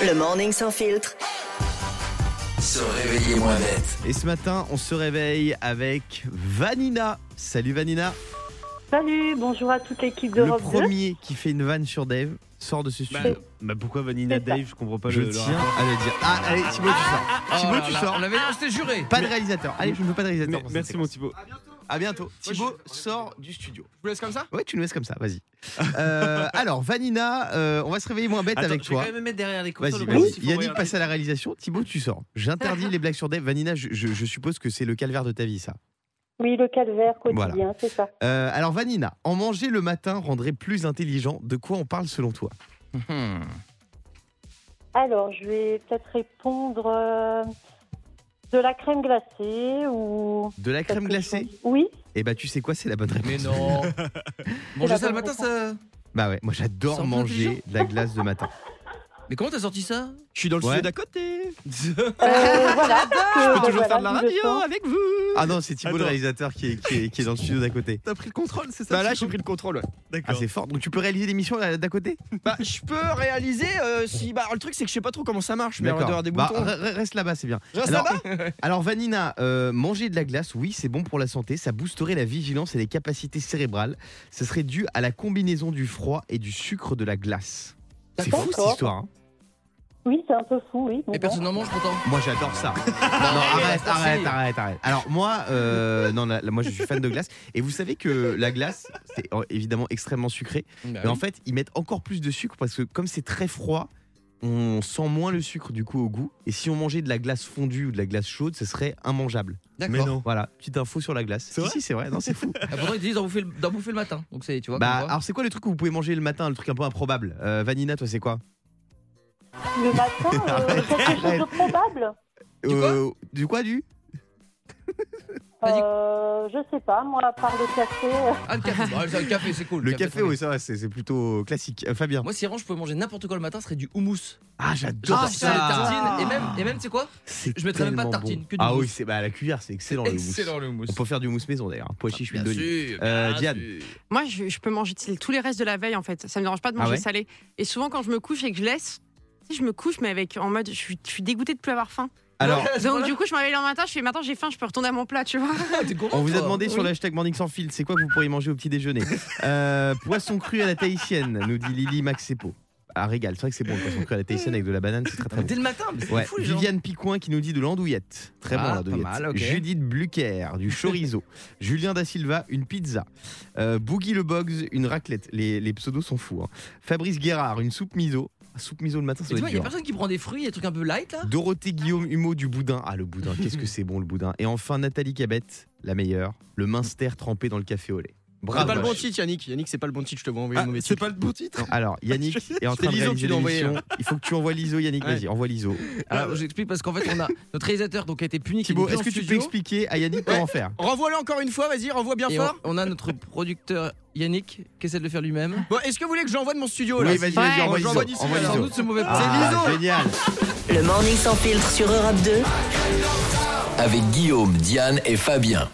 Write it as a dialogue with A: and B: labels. A: Le morning sans filtre.
B: Se réveiller moins bête.
C: Et ce matin, on se réveille avec Vanina. Salut Vanina.
D: Salut, bonjour à toute l'équipe
C: Le
D: d'Europe 2.
C: premier qui fait une vanne sur Dave sort de ce
E: Bah,
C: studio.
E: bah pourquoi Vanina
D: C'est ça.
E: Dave Je comprends pas
C: je
E: le. le
C: tiens
E: rapport.
C: à le dire. Ah, allez, Thibaut, tu sors. Thibaut, tu sors.
F: On l'avait on s'était juré.
C: Pas de réalisateur. Allez, je ne veux pas de
E: Mais-
C: réalisateur. pour cette
E: merci mon
C: séquence.
E: Thibaut.
C: À bientôt.
F: Moi,
C: Thibaut
F: je-
C: sort du studio.
F: Je vous laisse comme ça
C: Ouais, tu nous laisses comme ça, vas-y. Euh, alors, Vanina, euh, on va se réveiller moins bête
E: Attends,
C: avec
F: Je vais
C: toi.
F: quand même me mettre derrière les
C: Vas-y,
F: consoles. au cas où
C: vas-y.
F: il faut
C: Yannick
F: regarder.
C: passe à la réalisation. Thibaut, tu sors. J'interdis les blagues sur Dave. Vanina, je, je- je suppose que c'est le calvaire de ta vie, ça.
D: Oui, le calvaire quotidien, c'est ça.
C: Euh, alors, Vanina, en manger le matin rendrait plus intelligent. De quoi on parle selon toi
F: Hmm.
D: Alors, je vais peut-être répondre euh, de la crème glacée ou.
C: De la crème glacée
D: Oui,
C: Eh bah, tu sais quoi, c'est la bonne réponse.
F: Mais non. Manger ça le matin, ça.
C: Bah ouais, moi j'adore
F: Sans
C: manger
F: intelligent.
C: de la glace de matin.
F: Mais comment t'as sorti ça
E: Je suis dans le
C: Ouais.
E: studio d'à côté.
D: euh, voilà.
E: Je
D: Je
E: peux toujours faire de la radio hein. avec vous.
C: Ah non, c'est Thibaut le
E: Attends.
C: réalisateur qui est, qui, est, qui est dans le studio d'à côté.
E: T'as pris le contrôle, c'est ça
C: Bah là,
E: Thibaut
C: j'ai pris
E: le contrôle, ouais.
C: Ah,
E: D'accord.
C: c'est fort. Donc tu peux réaliser des missions là, d'à côté
G: Bah, je peux réaliser euh, si. Bah, le truc, c'est que je sais pas trop comment ça marche, mais en dehors des
C: Bah,
G: boutons.
C: re- re- reste là-bas, c'est bien.
G: Reste
C: Alors,
G: là-bas
C: alors Vanina, euh, manger de la glace, oui, c'est bon pour la santé. Ça boosterait la vigilance et les capacités cérébrales. Ce serait dû à la combinaison du froid et du sucre de la glace. C'est
D: D'accord.
C: fou cette histoire. hein.
D: Oui, c'est un peu fou, oui. mais
F: Mais
D: bon.
F: personne n'en mange pourtant.
C: Moi j'adore ça. non, arrête,
F: merci.
C: arrête, arrête, arrête. Alors moi, euh, non, la- la- moi je suis fan de glace. Et vous savez que la glace, c'est euh, évidemment extrêmement sucré.
F: Bah
C: Mais en fait, ils mettent encore plus de sucre parce que comme c'est très froid, on sent moins le sucre du coup au goût. Et si on mangeait de la glace fondue ou de la glace chaude, ce serait immangeable.
F: Bah oui,
E: Mais
F: D'accord.
E: non.
C: Voilà, petite info sur la glace.
E: C'est
C: Si,
E: vrai
C: si, c'est vrai, non, c'est fou.
F: Ah, Pourtant, ils disent d'en bouffer, le- d'en bouffer le matin. Donc, c'est, tu vois.
C: bah,
F: comme quoi.
C: alors c'est quoi le truc que vous pouvez manger le matin, le truc un peu improbable Euh, Vanina, toi, c'est quoi
D: Le matin, euh, quelque chose de probable.
F: Du quoi
C: Euh, Du quoi, du
F: Vas-y.
D: Euh, je sais pas, moi, à part le café. euh,
F: Ah, le café. Bah, le café, c'est cool.
C: Le café,
F: c'est
C: oui,
F: cool.
C: ça, va, c'est c'est plutôt classique. Euh, Fabien.
F: Moi, si vraiment je pouvais manger n'importe quoi le matin, ce serait du houmous.
C: Ah,
F: Genre
C: j'adore
F: des tartines. Et
C: ça
F: même, et même, tu sais quoi
C: C'est
F: Je mettrais même pas de
C: tellement
F: tartine, que du
C: ah oui,
F: mousse.
C: c'est bah, à la cuillère, c'est excellent le mousse.
F: le houmous.
C: On peut faire du mousse maison d'ailleurs. Pois chiche,
F: Bien
C: huile d'olive.
F: sûr. Ah,
C: Euh,
F: bien
C: Diane.
F: sûr.
H: Moi, je, je peux manger t- tous les restes de la veille, en fait. Ça me dérange pas de
C: Ah
H: manger
C: ouais
H: salé. Et souvent, quand je me couche et que je laisse, tu sais, je me couche, mais avec en mode, je suis, je suis dégoûtée de plus avoir faim.
C: Alors,
F: À ce
H: Donc,
F: moment-là,
H: du coup, je me réveille le matin, je fais, maintenant j'ai faim, je peux retourner à mon plat, tu vois.
F: t'es gourmand,
C: on vous a
F: toi.
C: demandé sur
F: Oh, Oui.
C: le hashtag Morning Sans Filtre, c'est quoi que vous pourriez manger au petit déjeuner Euh, Poisson cru à la tahitienne, nous dit Lily Maxepo. Ah, régal, c'est vrai que c'est bon le poisson cru à la tahitienne avec de la banane, c'est très très bon.
F: Dès le matin, mais c'est
C: Ouais.
F: fou les gens.
C: Viviane Picoin qui nous dit de l'andouillette. Très
F: Ah,
C: bon
F: pas
C: l'andouillette.
F: mal, ok.
C: Judith Bluquer, du chorizo. Julien Da Silva, une pizza. Euh, Boogie Le Bogs, une raclette. Les, les pseudos sont fous. hein. Fabrice Guérard, une soupe miso. Ah, Soupe miso le matin, ça
F: Mais tu
C: doit
F: vois,
C: être
F: il y a
C: dur. hein.
F: personne qui prend des fruits, des trucs un peu light là
C: Dorothée Guillaume Humeau du boudin. Ah, le boudin, qu'est-ce que c'est bon le boudin. Et enfin, Nathalie Cabette, la meilleure. Le minster trempé dans le café au lait.
G: C'est pas le
C: Bravo.
G: bon titre, Yannick. Yannick, c'est pas le bon titre, je te vois envoyer
E: Ah,
G: le mauvais
E: c'est
G: titre.
E: pas le bon titre.
C: Alors, Yannick est en
G: C'était
C: train
G: l'ISO que
C: de réaliser
G: tu dois envoyer,
C: l'émission.
F: hein.
C: Il faut que tu envoies l'ISO, Yannick.
G: Ouais.
C: Vas-y, envoie l'ISO.
G: Ah,
F: Alors, j'explique parce qu'en fait, on a notre réalisateur donc a été puni. qui
C: Thibaut,
F: n'est plus
C: est-ce
F: en
C: que tu peux
F: studio.
C: expliquer à Yannick comment faire
G: Renvoie-le encore une fois, vas-y, renvoie bien
F: Et on,
G: fort.
F: on a notre producteur Yannick qui essaie de le faire lui-même.
G: Bon, est-ce que vous voulez que j'envoie de mon studio là
C: Oui, vas-y, vas-y,
H: Ouais.
C: envoie
G: J'envoie
C: l'ISO.
G: d'ici,
C: envoie
G: alors.
F: Sans
C: l'ISO.
F: doute ce mauvais
C: Ah,
G: l'ISO.
C: Génial.
A: Le morning sans filtre sur Europe 2.
B: Avec Guillaume, Diane et Fabien.